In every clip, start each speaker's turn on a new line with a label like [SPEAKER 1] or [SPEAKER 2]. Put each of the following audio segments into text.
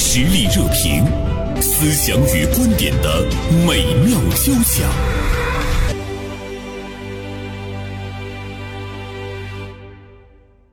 [SPEAKER 1] 实力热评，思想与观点的美妙交响。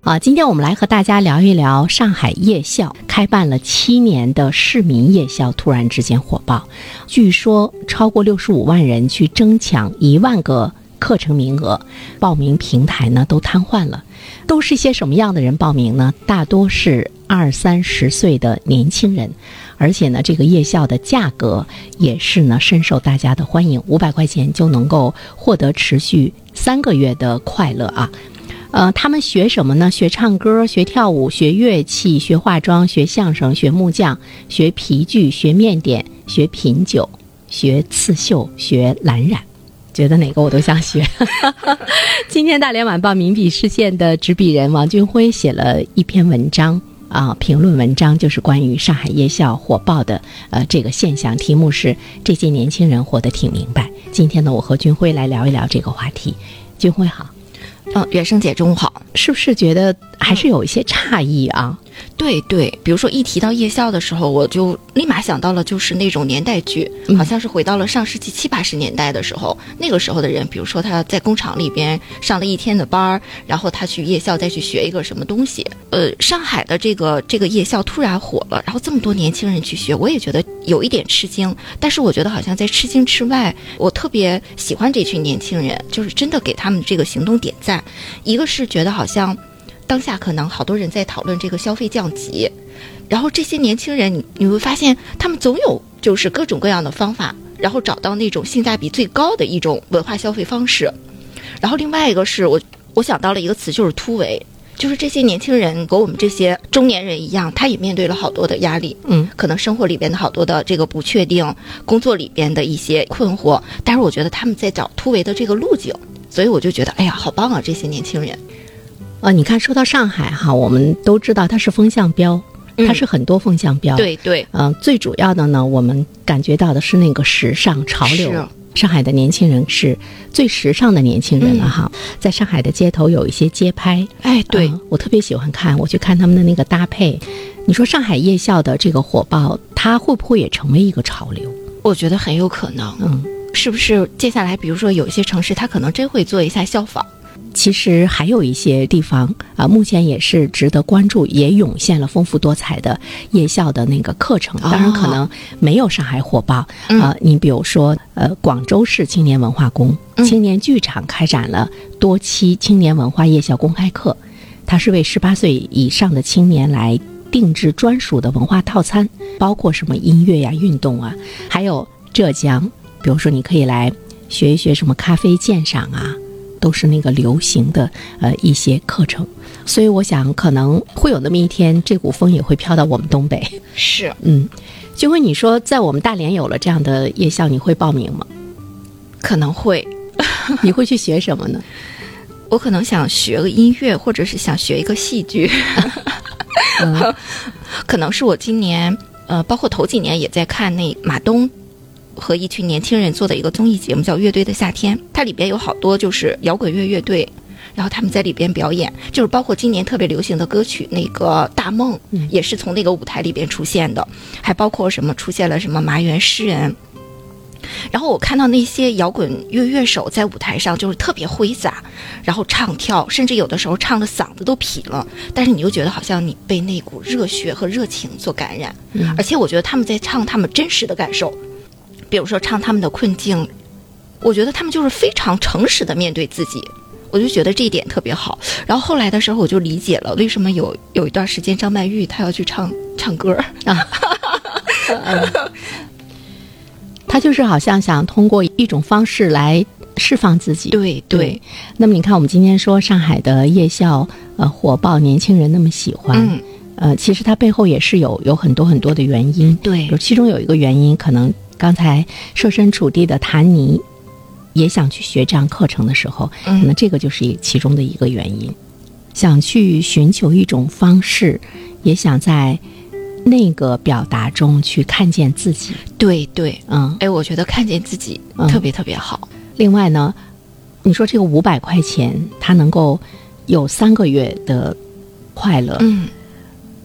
[SPEAKER 2] 啊，今天我们来和大家聊一聊上海夜校开办了七年的市民夜校，突然之间火爆，据说超过六十五万人去争抢一万个课程名额，报名平台呢都瘫痪了。都是一些什么样的人报名呢？大多是二三十岁的年轻人，而且呢，这个夜校的价格也是呢深受大家的欢迎，五百块钱就能够获得持续三个月的快乐啊。呃，他们学什么呢？学唱歌，学跳舞，学乐器，学化妆，学相声，学木匠，学皮具，学面点，学品酒，学刺绣，学蓝染。觉得哪个我都想学。 今天大连晚报名笔视线的执笔人王军辉写了一篇文章啊，评论文章就是关于上海夜校火爆的呃这个现象，题目是“这些年轻人活得挺明白”。今天呢，我和军辉来聊一聊这个话题。军辉好，
[SPEAKER 3] 嗯，袁生姐中午好。
[SPEAKER 2] 是不是觉得还
[SPEAKER 3] 嗯
[SPEAKER 2] 是有一些诧异啊？
[SPEAKER 3] 对对，比如说一提到夜校的时候，我就立马想到了就是那种年代剧，
[SPEAKER 2] 嗯
[SPEAKER 3] 好像是回到了上世纪七八十年代的时候，那个时候的人，比如说他在工厂里边上了一天的班儿，然后他去夜校再去学一个什么东西。呃，上海的这个这个夜校突然火了，然后这么多年轻人去学，我也觉得有一点吃惊，但是我觉得好像在吃惊之外，我特别喜欢这群年轻人，就是真的给他们这个行动点赞。一个是觉得好像当下可能好多人在讨论这个消费降级，然后这些年轻人，你你会发现他们总有就是各种各样的方法，然后找到那种性价比最高的一种文化消费方式。然后另外一个是我我想到了一个词，就是突围。就是这些年轻人和我们这些中年人一样，他也面对了好多的压力，
[SPEAKER 2] 嗯，
[SPEAKER 3] 可能生活里边的好多的这个不确定，工作里边的一些困惑，但是我觉得他们在找突围的这个路径，所以我就觉得，哎呀，好棒啊，这些年轻人。
[SPEAKER 2] 呃，你看，说到上海哈，我们都知道它是风向标，它
[SPEAKER 3] 嗯
[SPEAKER 2] 是很多风向标。，
[SPEAKER 3] 对对，
[SPEAKER 2] 嗯、最主要的呢，我们感觉到的是那个时尚潮流
[SPEAKER 3] 是。
[SPEAKER 2] 上海的年轻人是最时尚的年轻人了哈，在上海的街头有一些街拍，
[SPEAKER 3] 哎嗯对，
[SPEAKER 2] 呃我特别喜欢看，我去看他们的那个搭配。你说上海夜校的这个火爆，它会不会也成为一个潮流？
[SPEAKER 3] 我觉得很有可能，
[SPEAKER 2] 嗯，
[SPEAKER 3] 是不是？接下来，比如说有一些城市，它可能真会做一下效仿，
[SPEAKER 2] 其实还有一些地方啊、目前也是值得关注，也涌现了丰富多彩的夜校的那个课程。
[SPEAKER 3] 哦
[SPEAKER 2] 当然，可能没有上海火爆啊、
[SPEAKER 3] 嗯
[SPEAKER 2] 呃你比如说，呃，广州市青年文化宫、
[SPEAKER 3] 嗯
[SPEAKER 2] 青年剧场开展了多期青年文化夜校公开课，它是为十八岁以上的青年来定制专属的文化套餐，包括什么音乐呀、运动啊，还有浙江，比如说你可以来学一学什么咖啡鉴赏啊，都是那个流行的呃一些课程。所以我想，可能会有那么一天，这股风也会飘到我们东北。
[SPEAKER 3] 是
[SPEAKER 2] 嗯，就问你说，在我们大连有了这样的夜校，你会报名 吗？
[SPEAKER 3] 可能会。
[SPEAKER 2] 你会去学什么呢？
[SPEAKER 3] 我可能想学个音乐，或者是想学一个戏剧，
[SPEAKER 2] 嗯
[SPEAKER 3] 可能是我今年，呃，包括头几年也在看那马东。和一群年轻人做的一个综艺节目叫《乐队的夏天》，它里边有好多就是摇滚乐乐队，然后他们在里边表演，就是包括今年特别流行的歌曲那个《大梦》，也是从那个舞台里边出现的，还包括什么出现了什么麻园诗人。然后我看到那些摇滚乐乐手在舞台上就是特别挥洒，然后唱跳，甚至有的时候唱的嗓子都劈了，但是你就觉得好像你被那股热血和热情所感染，而且我觉得他们在唱他们真实的感受，比如说唱他们的困境，我觉得他们就是非常诚实的面对自己。我就觉得这一点特别好，然后后来的时候我就理解了为什么有有一段时间张曼玉她要去唱唱歌，
[SPEAKER 2] 他就是好像想通过一种方式来释放自己。
[SPEAKER 3] 对对，
[SPEAKER 2] 那么你看，我们今天说上海的夜校呃火爆，年轻人那么喜欢，
[SPEAKER 3] 嗯
[SPEAKER 2] 呃，其实它背后也是有有很多很多的原因。
[SPEAKER 3] 对
[SPEAKER 2] 有其中有一个原因，可能刚才设身处地的谈你也想去学这样课程的时候，
[SPEAKER 3] 嗯
[SPEAKER 2] 可能这个就是一其中的一个原因，想去寻求一种方式，也想在那个表达中去看见自己。
[SPEAKER 3] 对对，
[SPEAKER 2] 嗯，
[SPEAKER 3] 哎，我觉得看见自己
[SPEAKER 2] 嗯
[SPEAKER 3] 特别特别好。
[SPEAKER 2] 另外呢，你说这个五百块钱，它能够有三个月的快乐，
[SPEAKER 3] 嗯，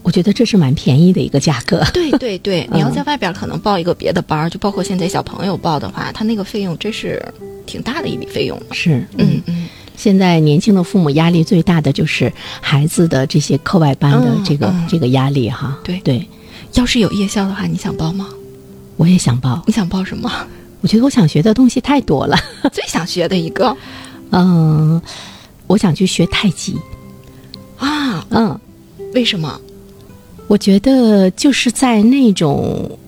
[SPEAKER 2] 我觉得这是蛮便宜的一个价格。
[SPEAKER 3] 对对对，你要在外边儿可能报一个别的班儿，就包括现在小朋友报的话，他那个费用真是挺大的一笔费用。
[SPEAKER 2] 是，
[SPEAKER 3] 嗯嗯，
[SPEAKER 2] 现在年轻的父母压力最大的就是孩子的这些课外班的
[SPEAKER 3] 嗯
[SPEAKER 2] 这个、
[SPEAKER 3] 嗯
[SPEAKER 2] 这个压力哈。
[SPEAKER 3] 对
[SPEAKER 2] 对，
[SPEAKER 3] 要是有夜校的话，你想报吗？
[SPEAKER 2] 我也想报，
[SPEAKER 3] 你想报什么？
[SPEAKER 2] 我觉得我想学的东西太多了。
[SPEAKER 3] 最想学的一个
[SPEAKER 2] 嗯，我想去学太极。
[SPEAKER 3] 啊？
[SPEAKER 2] 嗯，
[SPEAKER 3] 为什么？
[SPEAKER 2] 我觉得就是在那种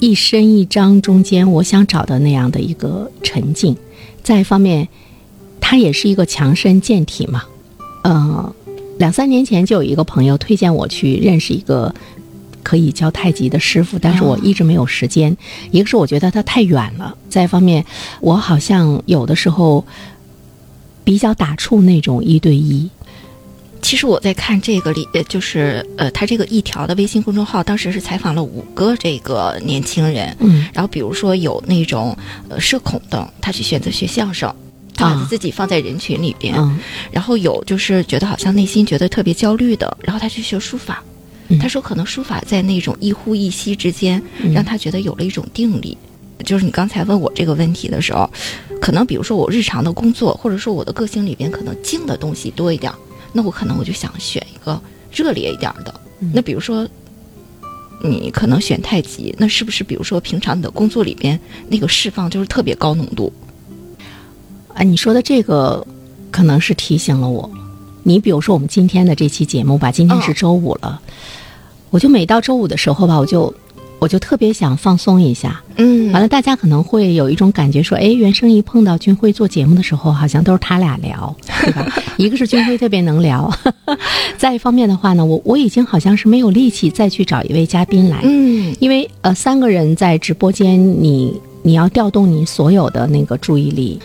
[SPEAKER 2] 一伸一张中间，我想找的那样的一个沉静。再一方面，它也是一个强身健体嘛。呃，两三年前就有一个朋友推荐我去认识一个可以教太极的师傅，但是我一直没有时间。一个是我觉得他太远了，再一方面，我好像有的时候比较打怵那种一对一。
[SPEAKER 3] 其实我在看这个里，呃就是呃，他这个一条的微信公众号，当时是采访了五个这个年轻人，
[SPEAKER 2] 嗯，
[SPEAKER 3] 然后比如说有那种呃社恐的，他去选择学相声，他把
[SPEAKER 2] 啊
[SPEAKER 3] 自己放在人群里边，
[SPEAKER 2] 嗯
[SPEAKER 3] 然后有就是觉得好像内心觉得特别焦虑的，然后他去学书法
[SPEAKER 2] 嗯。
[SPEAKER 3] 他说可能书法在那种一呼一吸之间，让他觉得有了一种定力。就是你刚才问我这个问题的时候，可能比如说我日常的工作，或者说我的个性里边可能静的东西多一点儿，那我可能我就想选一个热烈一点儿的。
[SPEAKER 2] 嗯
[SPEAKER 3] 那比如说。你可能选太极，那是不是比如说平常你的工作里边那个释放就是特别高浓度？
[SPEAKER 2] 啊，你说的这个可能是提醒了我。你比如说，我们今天的这期节目吧，今天是
[SPEAKER 3] 嗯
[SPEAKER 2] 周五了，我就每到周五的时候吧，我就我就特别想放松一下。
[SPEAKER 3] 嗯
[SPEAKER 2] 完了，大家可能会有一种感觉说，哎，袁生一碰到军辉做节目的时候，好像都是他俩聊，对吧？ 一个是军辉特别能聊， 再一方面的话呢，我我已经好像是没有力气再去找一位嘉宾来，
[SPEAKER 3] 嗯，
[SPEAKER 2] 因为呃，三个人在直播间你，你要调动你所有的那个注意力，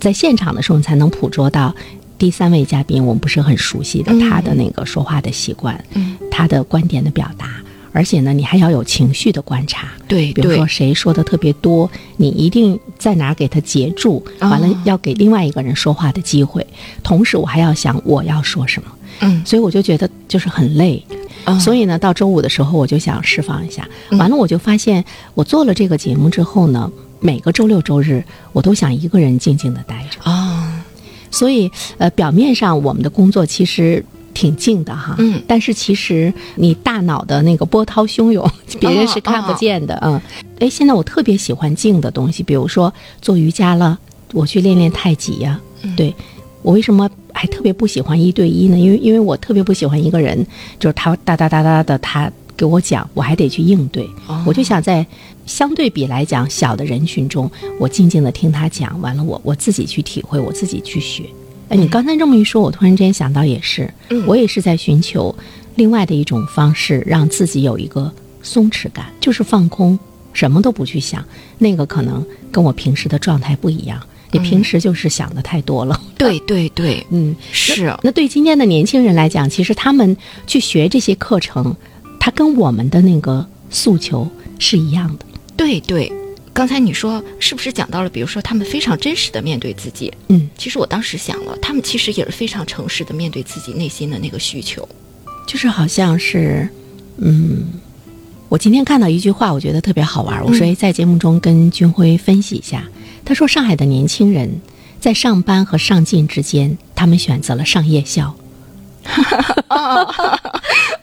[SPEAKER 2] 在现场的时候，你才能捕捉到第三位嘉宾，我们不是很熟悉的、
[SPEAKER 3] 嗯
[SPEAKER 2] 他的那个说话的习惯，
[SPEAKER 3] 嗯
[SPEAKER 2] 他的观点的表达，而且呢，你还要有情绪的观察。
[SPEAKER 3] 对
[SPEAKER 2] 比如
[SPEAKER 3] 对
[SPEAKER 2] 说谁说的特别多，你一定在哪儿给他截住，
[SPEAKER 3] 啊
[SPEAKER 2] 完了要给另外一个人说话的机会。同时，我还要想我要说什么，
[SPEAKER 3] 嗯，
[SPEAKER 2] 所以我就觉得就是很累。
[SPEAKER 3] 啊
[SPEAKER 2] 所以呢，到周五的时候我就想释放一下。
[SPEAKER 3] 嗯
[SPEAKER 2] 完了，我就发现我做了这个节目之后呢，每个周六周日我都想一个人静静的待着。
[SPEAKER 3] 啊，
[SPEAKER 2] 所以，呃，表面上我们的工作其实。挺静的哈，
[SPEAKER 3] 嗯
[SPEAKER 2] 但是其实你大脑的那个波涛汹涌，别人是看不见的，嗯，哎，现在我特别喜欢静的东西，比如说做瑜伽了，我去练练太极呀、对我为什么还特别不喜欢一对一呢？因为因为我特别不喜欢一个人，就是他哒哒哒哒的他给我讲，我还得去应对，我就想在相对比来讲小的人群中，我静静的听他讲，完了我我自己去体会，我自己去学。哎，你刚才这么一说，我突然之间想到也是，
[SPEAKER 3] 嗯
[SPEAKER 2] 我也是在寻求另外的一种方式，让自己有一个松弛感，就是放空，什么都不去想。那个可能跟我平时的状态不一样，你平时就是想的太多了。
[SPEAKER 3] 对对对，
[SPEAKER 2] 嗯，
[SPEAKER 3] 是，啊
[SPEAKER 2] 那对今天的年轻人来讲，其实他们去学这些课程，他跟我们的那个诉求是一样的。
[SPEAKER 3] 对对。刚才你说是不是讲到了？比如说他们非常真实的面对自己，
[SPEAKER 2] 嗯，
[SPEAKER 3] 其实我当时想了，他们其实也是非常诚实的面对自己内心的那个需求。
[SPEAKER 2] 就是好像是，嗯，我今天看到一句话，我觉得特别好玩儿。我说，哎，在节目中跟军辉分析一下，他说上海的年轻人在上班和上进之间，他们选择了上夜校。 他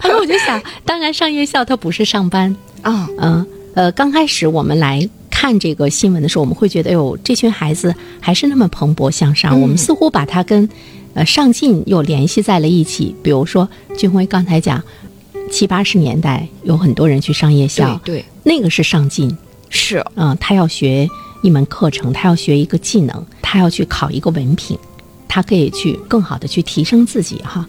[SPEAKER 2] 说，我就想，当然上夜校它不是上班，
[SPEAKER 3] 啊、
[SPEAKER 2] 嗯，呃，刚开始我们来看这个新闻的时候，我们会觉得，哎呦，这群孩子还是那么蓬勃向上。我们似乎把它跟呃上进又联系在了一起。比如说，俊辉刚才讲，七八十年代有很多人去上夜
[SPEAKER 3] 对
[SPEAKER 2] 校，
[SPEAKER 3] 对
[SPEAKER 2] 那个是上进，
[SPEAKER 3] 是，
[SPEAKER 2] 嗯、他要学一门课程，他要学一个技能，他要去考一个文凭，他可以去更好的去提升自己哈。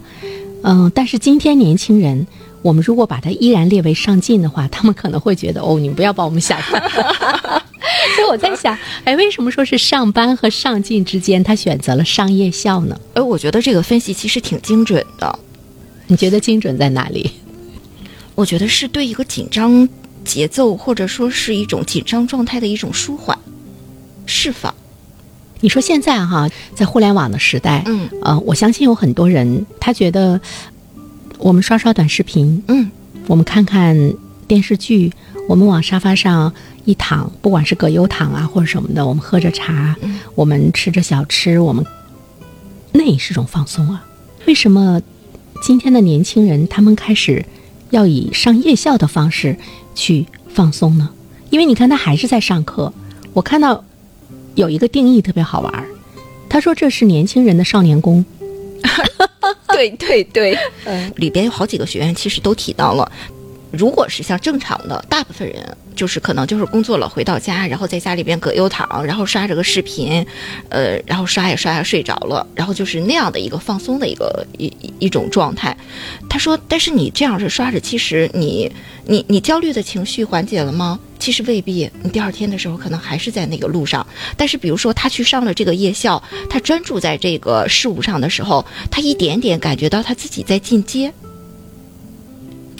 [SPEAKER 2] 嗯、但是今天年轻人，我们如果把他依然列为上进的话，他们可能会觉得哦，你们不要把我们吓坏。所以我在想，哎，为什么说是上班和上进之间，他选择了上夜校呢？
[SPEAKER 3] 哎，我觉得这个分析其实挺精准的。
[SPEAKER 2] 你觉得精准在哪里？
[SPEAKER 3] 我觉得是对一个紧张节奏，或者说是一种紧张状态的一种舒缓、释放。
[SPEAKER 2] 你说现在哈，在互联网的时代，
[SPEAKER 3] 嗯
[SPEAKER 2] 呃，我相信有很多人他觉得。我们刷刷短视频，
[SPEAKER 3] 嗯，
[SPEAKER 2] 我们看看电视剧，我们往沙发上一躺，不管是葛优躺啊或者什么的，我们喝着茶，我们吃着小吃，我们那也是种放松啊。为什么今天的年轻人他们开始要以上夜校的方式去放松呢？因为你看他还是在上课，我看到有一个定义特别好玩儿，他说这是年轻人的少年宫。
[SPEAKER 3] 对对对，里边有好几个学员其实都提到了，如果是像正常的，大部分人就是可能就是工作了回到家，然后在家里边葛优躺，然后刷着个视频，呃，然后刷呀刷呀睡着了，然后就是那样的一个放松的一个一一一种状态。他说，但是你这样是刷着，其实你你你焦虑的情绪缓解了吗？其实未必，你第二天的时候可能还是在那个路上。但是比如说他去上了这个夜校，他专注在这个事物上的时候，他一点点感觉到他自己在进阶。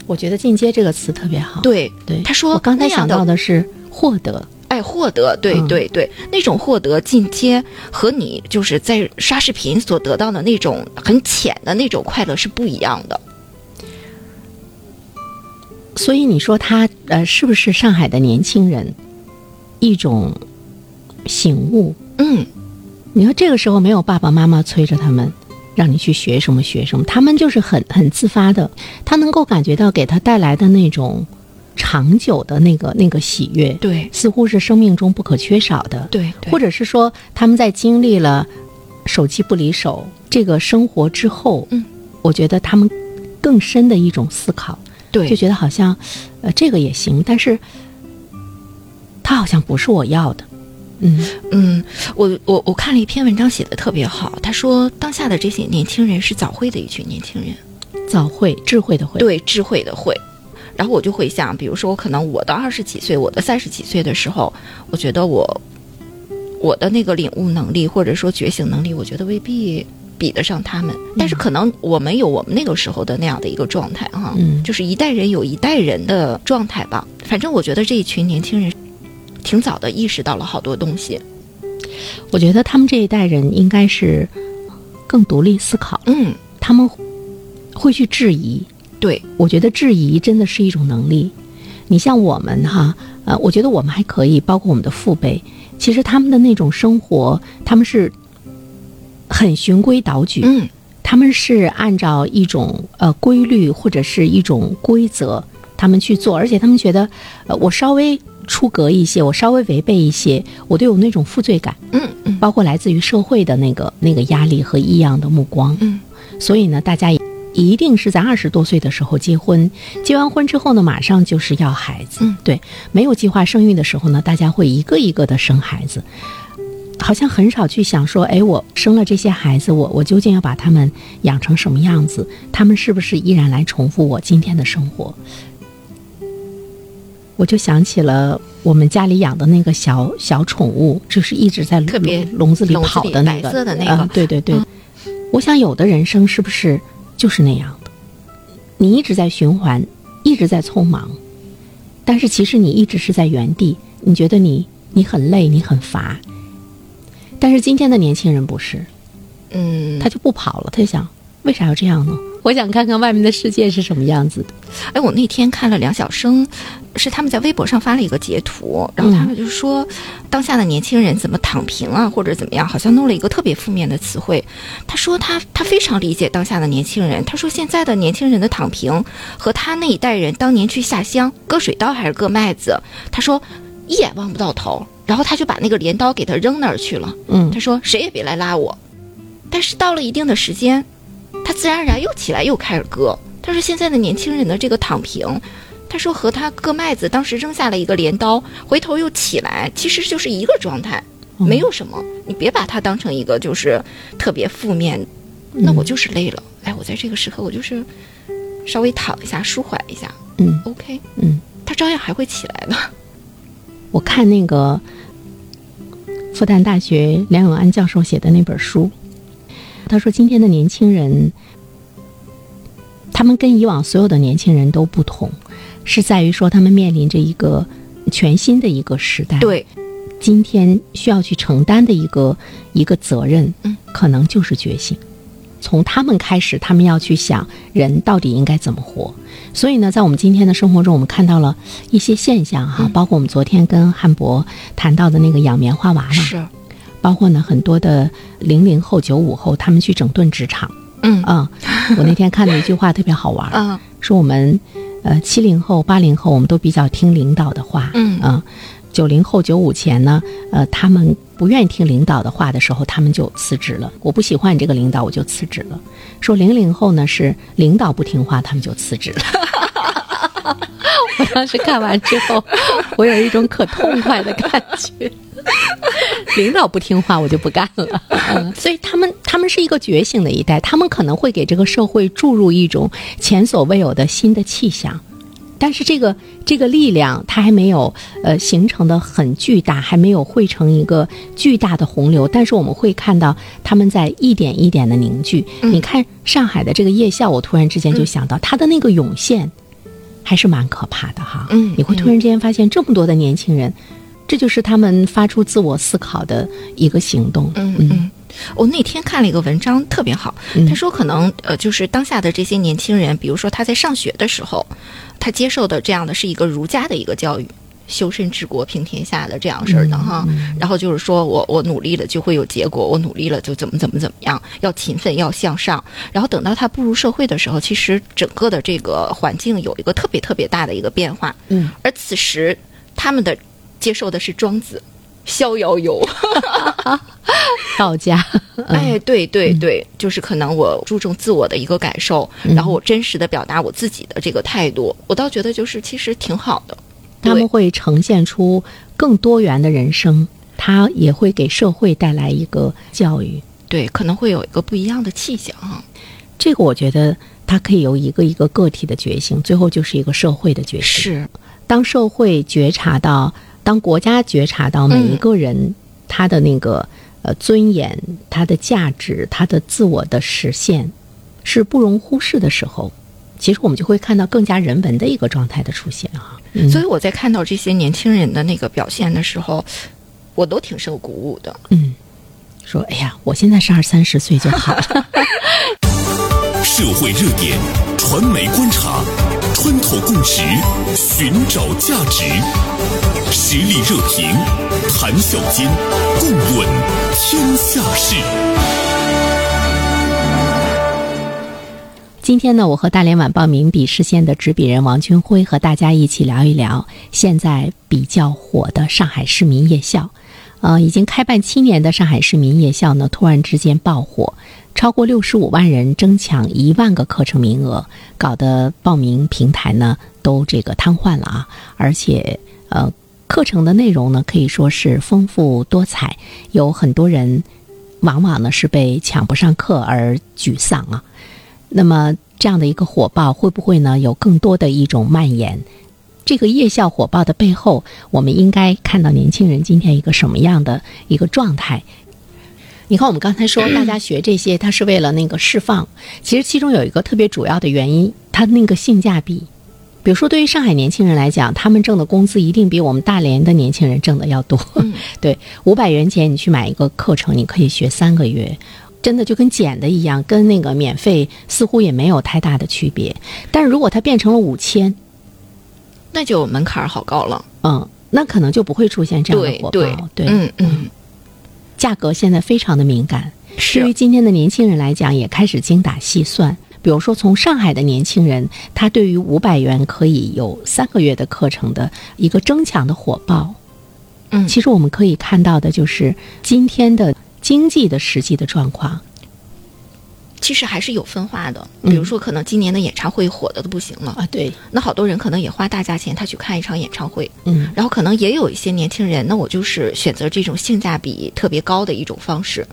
[SPEAKER 2] 我觉得“进阶”这个词特别好。
[SPEAKER 3] 对，
[SPEAKER 2] 对，
[SPEAKER 3] 他说
[SPEAKER 2] 我刚才
[SPEAKER 3] 那样
[SPEAKER 2] 想
[SPEAKER 3] 的
[SPEAKER 2] 到的是获得，
[SPEAKER 3] 哎，获得，对
[SPEAKER 2] 嗯
[SPEAKER 3] 对对，那种获得进阶和你就是在刷视频所得到的那种很浅的那种快乐是不一样的。
[SPEAKER 2] 所以你说他呃，是不是上海的年轻人一种醒悟？
[SPEAKER 3] 嗯，
[SPEAKER 2] 你说这个时候没有爸爸妈妈催着他们，让你去学什么学什么，他们就是很很自发的，他能够感觉到给他带来的那种长久的那个那个喜悦，
[SPEAKER 3] 对
[SPEAKER 2] 似乎是生命中不可缺少的。
[SPEAKER 3] 对，
[SPEAKER 2] 或
[SPEAKER 3] 或者
[SPEAKER 2] 者是说他们在经历了手机不离手这个生活之后，
[SPEAKER 3] 嗯，
[SPEAKER 2] 我觉得他们更深的一种思考，就
[SPEAKER 3] 对
[SPEAKER 2] 觉得好像，呃，这个也行，但是它好像不是我要的，嗯，
[SPEAKER 3] 嗯，我我我看了一篇文章写的特别好，他说当下的这些年轻人是早慧的一群年轻人。
[SPEAKER 2] 早慧智慧的慧，
[SPEAKER 3] 对智慧的慧。然后我就会想，比如说，我可能我到二十几岁，我的三十几岁的时候，我觉得我我的那个领悟能力或者说觉醒能力，我觉得未必比得上他们。但是可能我们有我们那个时候的那样的一个状态哈，
[SPEAKER 2] 嗯
[SPEAKER 3] 就是一代人有一代人的状态吧。反正我觉得这一群年轻人挺早的意识到了好多东西。
[SPEAKER 2] 我觉得他们这一代人应该是呃更独立思考，
[SPEAKER 3] 嗯，
[SPEAKER 2] 他们会去质疑，
[SPEAKER 3] 对，
[SPEAKER 2] 我觉得质疑真的是一种能力。你像我们哈，呃，我觉得我们还可以，包括我们的父辈，其实他们的那种生活，他们是很循规蹈矩，
[SPEAKER 3] 嗯，
[SPEAKER 2] 他们是按照一种呃规律或者是一种规则，他们去做，而且他们觉得，呃，我稍微出格一些，我稍微违背一些，我都有那种负罪感，
[SPEAKER 3] 嗯嗯
[SPEAKER 2] 包括来自于社会的那个那个压力和异样的目光，
[SPEAKER 3] 嗯，
[SPEAKER 2] 所以呢，大家也一定是在二十多岁的时候结婚，结完婚之后呢，马上就是要孩子，
[SPEAKER 3] 嗯
[SPEAKER 2] 对，没有计划生育的时候呢，大家会一个一个的生孩子，好像很少去想说，哎，我生了这些孩子，我我究竟要把他们养成什么样子？他们是不是依然来重复我今天的生活？我就想起了我们家里养的那个小小宠物，就是一直在
[SPEAKER 3] 特别
[SPEAKER 2] 笼笼子里
[SPEAKER 3] 笼子
[SPEAKER 2] 跑
[SPEAKER 3] 里
[SPEAKER 2] 的那
[SPEAKER 3] 白
[SPEAKER 2] 个，
[SPEAKER 3] 色的那
[SPEAKER 2] 嗯
[SPEAKER 3] 个
[SPEAKER 2] 对对对。我想有的人生是不是就是那样的？你一直在循环，一直在匆忙，但是其实你一直是在原地。你觉得你你很累，你很乏，但是今天的年轻人不是，
[SPEAKER 3] 嗯，
[SPEAKER 2] 他就不跑了，他就想为啥要这样呢？我想看看外面的世界是什么样子的。
[SPEAKER 3] 哎，我那天看了梁晓声，是他们在微博上发了一个截图，然后他们就说，当下的年轻人怎么躺平啊，或者怎么样，好像弄了一个特别负面的词汇。他说他他非常理解当下的年轻人，他说现在的年轻人的躺平和他那一代人当年去下乡割水稻还是割麦子，他说一眼望不到头，然后他就把那个镰刀给他扔那儿去了。
[SPEAKER 2] 嗯
[SPEAKER 3] 他说谁也别来拉我。但是到了一定的时间，他自然而然又起来又开始割。他说现在的年轻人的这个躺平，他说和他割麦子当时扔下了一个镰刀，回头又起来，其实就是一个状态，没有什么。你别把它当成一个就是特别负面，那我就是累了，哎，我在这个时刻我就是稍微躺一下，舒缓一下
[SPEAKER 2] 嗯，
[SPEAKER 3] ，OK，
[SPEAKER 2] 嗯，
[SPEAKER 3] 他照样还会起来的。
[SPEAKER 2] 我看那个复旦大学梁永安教授写的那本书，他说今天的年轻人，他们跟以往所有的年轻人都不同，是在于说他们面临着一个全新的一个时代。。
[SPEAKER 3] 对，
[SPEAKER 2] 今天需要去承担的一个一个责任，
[SPEAKER 3] 嗯，
[SPEAKER 2] 可能就是觉醒。从他们开始，他们要去想人到底应该怎么活。所以呢，在我们今天的生活中，我们看到了一些现象哈、
[SPEAKER 3] 嗯
[SPEAKER 2] 包括我们昨天跟汉博谈到的那个养棉花娃娃，
[SPEAKER 3] 是，
[SPEAKER 2] 包括呢很多的零零后、九五后，他们去整顿职 场。
[SPEAKER 3] 嗯
[SPEAKER 2] 啊、我那天看了一句话特别好玩儿，
[SPEAKER 3] 嗯
[SPEAKER 2] 说我们呃七零后、八零后，我们都比较听领导的话，
[SPEAKER 3] 嗯
[SPEAKER 2] 啊，九零后、九五前呢，呃，他们不愿意听领导的话的时候，他们就辞职了。我不喜欢你这个领导，我就辞职了。说零零后呢是领导不听话，他们就辞职了。 我当时看完之后，我有一种可痛快的感觉。 领导不听话，我就不干了。嗯所以他们他们是一个觉醒的一代，他们可能会给这个社会注入一种前所未有的新的气象。但是这个这个力量，它还没有呃形成的很巨大，还没有汇成一个巨大的洪流。但是我们会看到他们在一点一点的凝聚。
[SPEAKER 3] 嗯
[SPEAKER 2] 你看上海的这个夜校，我突然之间就想到，它的那个涌现还是蛮可怕的哈。
[SPEAKER 3] 嗯
[SPEAKER 2] 你会突然之间发现这么多的年轻人，这就是他们发出自我思考的一个行动。
[SPEAKER 3] 嗯嗯。我那天看了一个文章，特别好。他说，可能呃，就是当下的这些年轻人，比如说他在上学的时候，他接受的这样的是一个儒家的一个教育，修身治国平天下的这样式儿的哈。然后就是说我我努力了就会有结果，我努力了就怎么怎么怎么样，要勤奋，要向上。然后等到他步入社会的时候，其实整个的这个环境有一个特别特别大的一个变化。
[SPEAKER 2] 嗯，
[SPEAKER 3] 而此时他们的接受的是庄子。逍遥游，
[SPEAKER 2] 道家， 嗯
[SPEAKER 3] 哎，对对对，就是可能我注重自我的一个感受，然后
[SPEAKER 2] 嗯
[SPEAKER 3] 我真实的表达我自己的这个态度，我倒觉得就是其实挺好的。
[SPEAKER 2] 他们会呈现出更多元的人生，它也会给社会带来一个教育。
[SPEAKER 3] 对，可能会有一个不一样的气象啊。
[SPEAKER 2] 这个我觉得它可以由一个一个个体的觉醒，最后就是一个社会的觉醒。
[SPEAKER 3] 是，
[SPEAKER 2] 当社会觉察到，当国家觉察到每一个人他的那个、呃尊严、他的价值、他的自我的实现是不容忽视的时候，其实我们就会看到更加人文的一个状态的出现啊。嗯
[SPEAKER 3] 所以我在看到这些年轻人的那个表现的时候，我都挺受鼓舞的。
[SPEAKER 2] 说，哎呀，我现在是二三十岁就好了。
[SPEAKER 1] 社会热点，传媒观察，穿透共识，寻找价值，实力热评，谈笑间，共论天下事。
[SPEAKER 2] 今天呢，我和大连晚报名笔视线的执笔人王军辉和大家一起聊一聊现在比较火的上海市民夜校。呃，已经开办七年的上海市民夜校呢，突然之间爆火，超过六十五万人争抢一万个课程名额，搞得报名平台呢都这个瘫痪了啊！而且呃，课程的内容呢可以说是丰富多彩，有很多人往往呢是被抢不上课而沮丧啊。那么这样的一个火爆，会不会呢有更多的一种蔓延？这个夜校火爆的背后，我们应该看到年轻人今天一个什么样的一个状态？你看，我们刚才说大家学这些，它是为了那个释放，其实其中有一个特别主要的原因，它那个性价比。比如说，对于上海年轻人来讲，他们挣的工资一定比我们大连的年轻人挣的要多。 对，五百元钱你去买一个课程，你可以学三个月，真的就跟捡的一样，跟那个免费似乎也没有太大的区别。但是如果它变成了五千，
[SPEAKER 3] 那就门槛儿好高了。
[SPEAKER 2] 嗯，那可能就不会出现这样的
[SPEAKER 3] 对
[SPEAKER 2] 火爆。对
[SPEAKER 3] 对嗯嗯，
[SPEAKER 2] 价格现在非常的敏感，对于
[SPEAKER 3] 是
[SPEAKER 2] 今天的年轻人来讲，也开始精打细算。比如说，从上海的年轻人，他对于五百元可以有三个月的课程的一个争抢的火爆，
[SPEAKER 3] 嗯
[SPEAKER 2] 其实我们可以看到的就是今天的经济的实际的状况。
[SPEAKER 3] 其实还是有分化的。比
[SPEAKER 2] 嗯
[SPEAKER 3] 如说，可能今年的演唱会火的都不行了，
[SPEAKER 2] 啊，对，
[SPEAKER 3] 那好多人可能也花大价钱他去看一场演唱会，
[SPEAKER 2] 嗯，
[SPEAKER 3] 然后可能也有一些年轻人，那我就是选择这种性价比特别高的一种方式。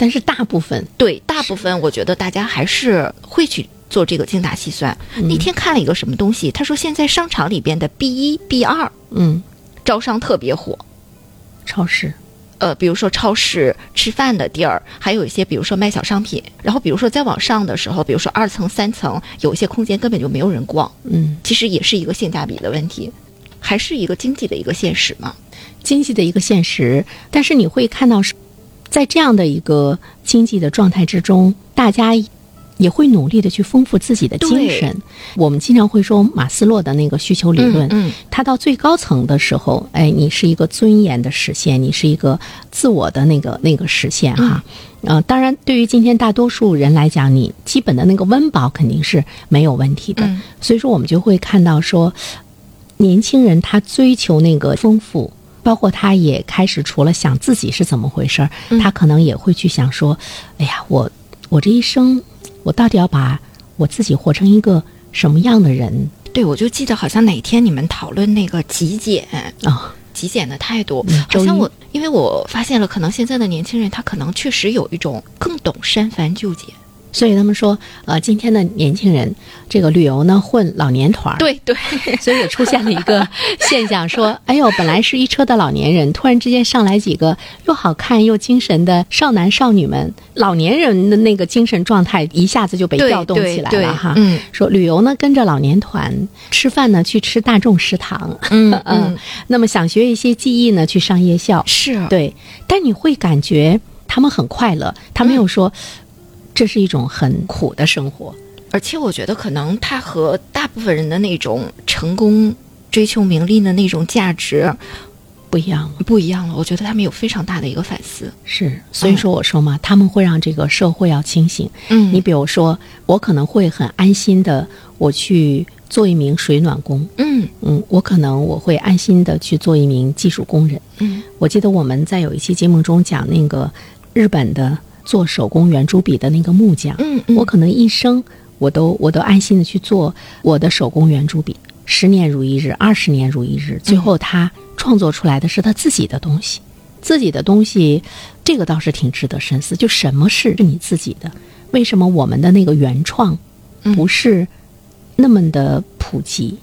[SPEAKER 2] 但是大部分
[SPEAKER 3] 对，大部分我觉得大家还是会去做这个精打细算。那天看了一个什么东西，他说现在商场里边的 B 一、B 二
[SPEAKER 2] 嗯，
[SPEAKER 3] 招商特别火。
[SPEAKER 2] 超市
[SPEAKER 3] 呃，比如说超市、吃饭的地儿，还有一些，比如说卖小商品，然后比如说再往上的时候，比如说二层、三层，有一些空间根本就没有人逛，
[SPEAKER 2] 嗯，
[SPEAKER 3] 其实也是一个性价比的问题，还是一个经济的一个现实嘛。
[SPEAKER 2] 经济的一个现实，但是你会看到是，在这样的一个经济的状态之中，大家也会努力的去丰富自己的精神。我们经常会说马斯洛的那个需求理论，
[SPEAKER 3] 嗯嗯
[SPEAKER 2] 它到最高层的时候，哎，你是一个尊严的实现，你是一个自我的那个那个实现
[SPEAKER 3] 嗯
[SPEAKER 2] 哈。呃，当然，对于今天大多数人来讲，你基本的那个温饱肯定是没有问题的。
[SPEAKER 3] 嗯
[SPEAKER 2] 所以说，我们就会看到说，年轻人他追求那个丰富，包括他也开始除了想自己是怎么回事儿，他可能也会去想说，哎呀，我我这一生，我到底要把我自己活成一个什么样的人
[SPEAKER 3] 对，我就记得好像哪天你们讨论那个极简，
[SPEAKER 2] 啊、
[SPEAKER 3] 极简的态度
[SPEAKER 2] 嗯，
[SPEAKER 3] 好
[SPEAKER 2] 周
[SPEAKER 3] 像
[SPEAKER 2] 一
[SPEAKER 3] 我因为我发现了，可能现在的年轻人他可能确实有一种更懂删繁就简。
[SPEAKER 2] 所以他们说，呃，今天的年轻人这个旅游呢混老年团儿，
[SPEAKER 3] 对对，
[SPEAKER 2] 所以也出现了一个现象，说，哎呦，本来是一车的老年人，突然之间上来几个又好看又精神的少男少女们，老年人的那个精神状态一下子就被
[SPEAKER 3] 对
[SPEAKER 2] 调动
[SPEAKER 3] 对
[SPEAKER 2] 起来
[SPEAKER 3] 对
[SPEAKER 2] 了哈。
[SPEAKER 3] 嗯
[SPEAKER 2] 说旅游呢跟着老年团，吃饭呢去吃大众食堂，
[SPEAKER 3] 嗯
[SPEAKER 2] 嗯，那么想学一些技艺呢去上夜校，
[SPEAKER 3] 是，
[SPEAKER 2] 对，但你会感觉他们很快乐，他没有
[SPEAKER 3] 嗯
[SPEAKER 2] 说、这是一种很苦的生活。
[SPEAKER 3] 而且我觉得可能他和大部分人的那种成功、追求名利的那种价值
[SPEAKER 2] 不一样了，
[SPEAKER 3] 不一样了。我觉得他们有非常大的一个反思。
[SPEAKER 2] 是，所以说我说嘛，他们会让这个社会要清醒。
[SPEAKER 3] 嗯
[SPEAKER 2] 你比如说，我可能会很安心的，我去做一名水暖工，
[SPEAKER 3] 嗯
[SPEAKER 2] 嗯，我可能我会安心的去做一名技术工人。
[SPEAKER 3] 嗯，
[SPEAKER 2] 我记得我们在有一期节目中讲那个日本的做手工圆珠笔的那个木匠，
[SPEAKER 3] 嗯嗯
[SPEAKER 2] 我可能一生我都我都安心的去做我的手工圆珠笔，十年如一日，二十年如一日，最后他创作出来的是他自己的东西，自己的东西，这个倒是挺值得深思。就什么是你自己的？为什么我们的那个原创不是那么的普及？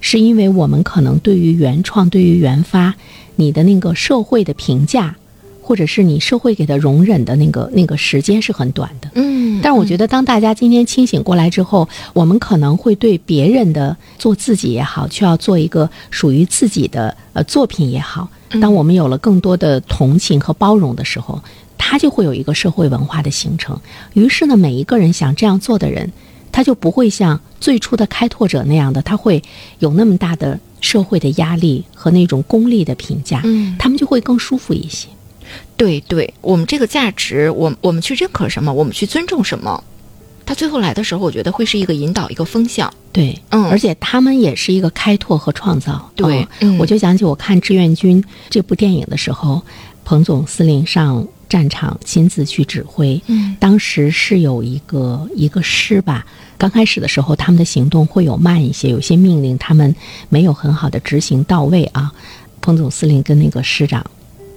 [SPEAKER 2] 是因为我们可能对于原创、对于原发，你的那个社会的评价，或者是你社会给的容忍的那个那个时间是很短的。
[SPEAKER 3] 嗯，
[SPEAKER 2] 但是我觉得，当大家今天清醒过来之后，我们可能会对别人的做自己也好，却要做一个属于自己的呃作品也好，
[SPEAKER 3] 嗯
[SPEAKER 2] 当我们有了更多的同情和包容的时候，它就会有一个社会文化的形成。于是呢，每一个人想这样做的人，他就不会像最初的开拓者那样的，他会有那么大的社会的压力和那种功利的评价，
[SPEAKER 3] 嗯
[SPEAKER 2] 他们就会更舒服一些。
[SPEAKER 3] 对对，我们这个价值，我我们去认可什么，我们去尊重什么，他最后来的时候，我觉得会是一个引导，一个风向。
[SPEAKER 2] 对，
[SPEAKER 3] 嗯
[SPEAKER 2] 而且他们也是一个开拓和创造。
[SPEAKER 3] 对
[SPEAKER 2] 哦
[SPEAKER 3] 嗯
[SPEAKER 2] 我就想起我看《志愿军》这部电影的时候，彭总司令上战场亲自去指挥。
[SPEAKER 3] 嗯，
[SPEAKER 2] 当时是有一个一个师吧，刚开始的时候他们的行动会有慢一些，有些命令他们没有很好的执行到位啊。彭总司令跟那个师长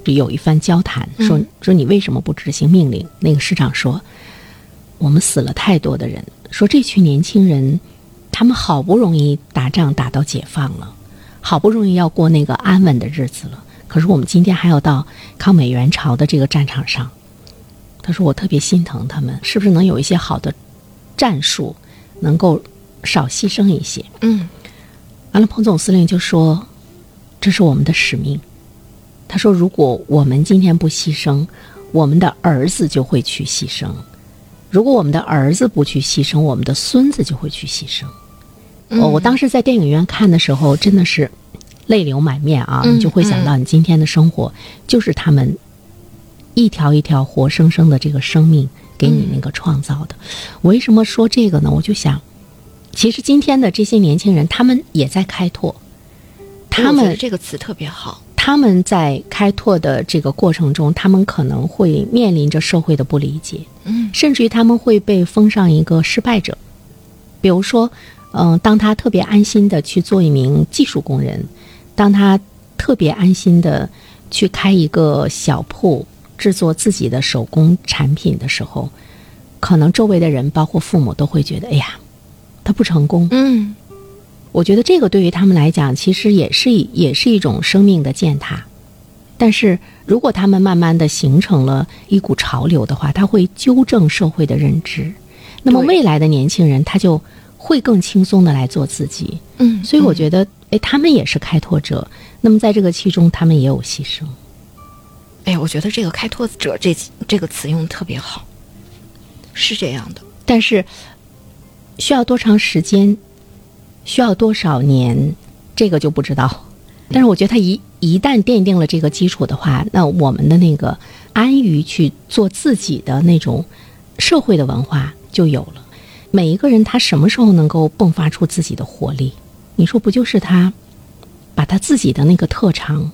[SPEAKER 2] 有一番交谈，说说你为什么不执行命令？那个师长说，我们死了太多的人，说这群年轻人，他们好不容易打仗打到解放了，好不容易要过那个安稳的日子了，可是我们今天还要到抗美援朝的这个战场上。他说我特别心疼他们，是不是能有一些好的战术，能够少牺牲一些？
[SPEAKER 3] 嗯
[SPEAKER 2] 完了，彭总司令就说：“这是我们的使命。”他说：“如果我们今天不牺牲，我们的儿子就会去牺牲；如果我们的儿子不去牺牲，我们的孙子就会去牺牲。
[SPEAKER 3] 嗯
[SPEAKER 2] 我我当时在电影院看的时候，真的是泪流满面啊！
[SPEAKER 3] 嗯
[SPEAKER 2] 你就会想到你今天的生活，就是他们一条一条活生生的这个生命给
[SPEAKER 3] 嗯
[SPEAKER 2] 你那个创造的。我为什么说这个呢？我就想，其实今天的这些年轻人，他们也在开拓，他
[SPEAKER 3] 哎我觉得
[SPEAKER 2] 们
[SPEAKER 3] 这个词特别好。
[SPEAKER 2] 他们在开拓的这个过程中，他们可能会面临着社会的不理解，
[SPEAKER 3] 嗯，
[SPEAKER 2] 甚至于他们会被封上一个失败者。比如说，嗯、当他特别安心的去做一名技术工人，当他特别安心的去开一个小铺，制作自己的手工产品的时候，可能周围的人，包括父母，都会觉得，哎呀，他不成功，
[SPEAKER 3] 嗯
[SPEAKER 2] 我觉得这个对于他们来讲，其实也是一也是一种生命的践踏。但是如果他们慢慢的形成了一股潮流的话，他会纠正社会的认知，那么
[SPEAKER 3] 对
[SPEAKER 2] 未来的年轻人他就会更轻松的来做自己。
[SPEAKER 3] 嗯，
[SPEAKER 2] 所以我觉得，哎，他们也是开拓者。那么在这个其中，他们也有牺牲。
[SPEAKER 3] 哎，我觉得这个“开拓者这”这个词用的特别好，是这样的。
[SPEAKER 2] 但是需要多长时间，需要多少年，这个就不知道。但是我觉得他一一旦奠定了这个基础的话，那我们的那个安于去做自己的那种社会的文化就有了。每一个人他什么时候能够迸发出自己的活力？你说不就是他把他自己的那个特长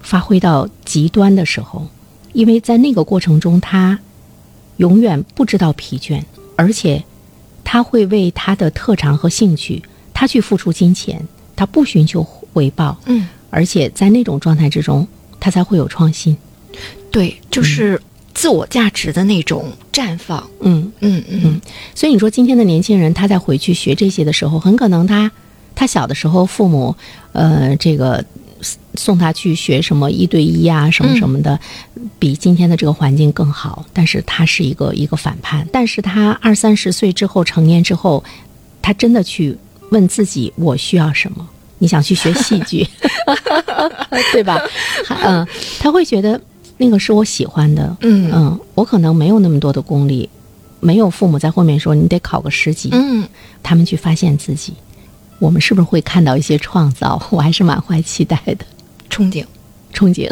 [SPEAKER 2] 发挥到极端的时候？因为在那个过程中，他永远不知道疲倦，而且他会为他的特长和兴趣，他去付出金钱，他不寻求回报，
[SPEAKER 3] 嗯，
[SPEAKER 2] 而且在那种状态之中，他才会有创新。
[SPEAKER 3] 对，就是自我价值的那种绽放。
[SPEAKER 2] 嗯，
[SPEAKER 3] 嗯嗯，
[SPEAKER 2] 所以你说今天的年轻人，他在回去学这些的时候，很可能他他小的时候父母呃这个送他去学什么一对一啊什么什么的，比今天的这个环境更好，但是他是一个一个反叛，但是他二三十岁之后成年之后，他真的去问自己我需要什么。你想去学戏剧， 对吧？还嗯、他会觉得那个是我喜欢的，
[SPEAKER 3] 嗯
[SPEAKER 2] 嗯，我可能没有那么多的功力，没有父母在后面说你得考个十级，
[SPEAKER 3] 嗯，
[SPEAKER 2] 他们去发现自己，我们是不是会看到一些创造？我还是满怀期待的
[SPEAKER 3] 憧憬。
[SPEAKER 2] 憧憬。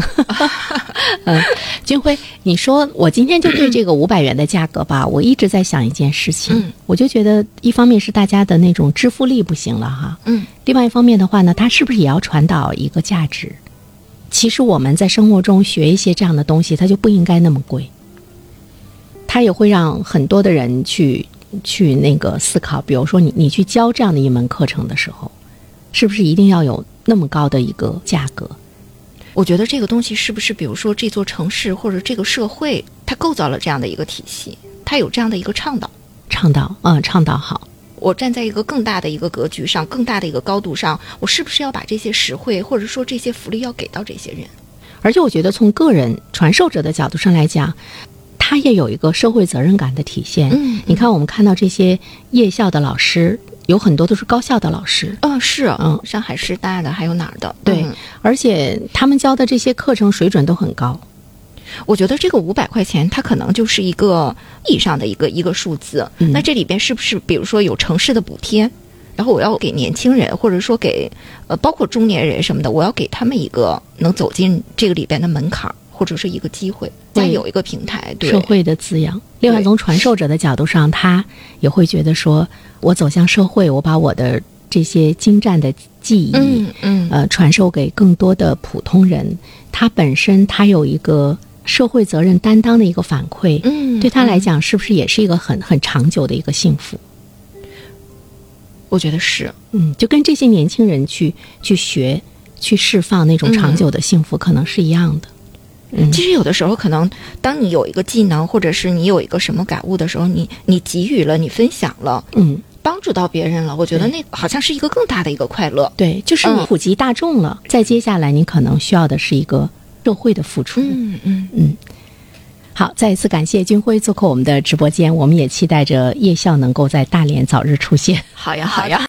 [SPEAKER 2] 嗯，军辉，你说我今天就对这个五百元的价格吧，我一直在想一件事情，
[SPEAKER 3] 嗯
[SPEAKER 2] 我就觉得一方面是大家的那种支付力不行了哈，
[SPEAKER 3] 嗯
[SPEAKER 2] 另外一方面的话呢，它是不是也要传导一个价值？其实我们在生活中学一些这样的东西，它就不应该那么贵。它也会让很多的人去去那个思考，比如说你你去教这样的一门课程的时候，是不是一定要有那么高的一个价格？
[SPEAKER 3] 我觉得这个东西是不是，比如说这座城市或者这个社会，它构造了这样的一个体系，它有这样的一个倡导。
[SPEAKER 2] 倡导，嗯，倡导好，
[SPEAKER 3] 我站在一个更大的一个格局上，更大的一个高度上，我是不是要把这些实惠或者说这些福利要给到这些人？
[SPEAKER 2] 而且我觉得从个人传授者的角度上来讲，他也有一个社会责任感的体现。
[SPEAKER 3] 嗯
[SPEAKER 2] 你看，我们看到这些夜校的老师，有很多都是高校的老师，
[SPEAKER 3] 嗯，是，
[SPEAKER 2] 嗯
[SPEAKER 3] 上海师大的还有哪儿的？
[SPEAKER 2] 对
[SPEAKER 3] 嗯
[SPEAKER 2] 而且他们教的这些课程水准都很高。
[SPEAKER 3] 我觉得这个五百块钱，它可能就是一个意义上的一个一个数字。那这里边是不是比如说有城市的补贴？然后我要给年轻人，或者说给呃，包括中年人什么的，我要给他们一个能走进这个里边的门槛儿，或者是一个机会，再
[SPEAKER 2] 对
[SPEAKER 3] 有一个平台。对
[SPEAKER 2] 社，会的滋养。另外，
[SPEAKER 3] 对
[SPEAKER 2] 从传授者的角度上，他也会觉得说，我走向社会，我把我的这些精湛的技艺，
[SPEAKER 3] 嗯嗯，
[SPEAKER 2] 呃，传授给更多的普通人。他本身他有一个社会责任担当的一个反馈，
[SPEAKER 3] 嗯
[SPEAKER 2] 对他来讲，是不是也是一个很很长久的一个幸福？
[SPEAKER 3] 我觉得是。
[SPEAKER 2] 嗯，就跟这些年轻人去去学、去释放那种长久的幸福，可能是一样的。
[SPEAKER 3] 其实有的时候，可能当你有一个技能，或者是你有一个什么感悟的时候，你你给予了，你分享了，
[SPEAKER 2] 嗯，
[SPEAKER 3] 帮助到别人了，我觉得那好像是一个更大的一个快乐。
[SPEAKER 2] 对，就是
[SPEAKER 3] 嗯
[SPEAKER 2] 普及大众了。再接下来，你可能需要的是一个社会的付出。
[SPEAKER 3] 嗯嗯。
[SPEAKER 2] 好，再一次感谢军辉做客我们的直播间，我们也期待着夜校能够在大连早日出现。
[SPEAKER 3] 好呀，好呀。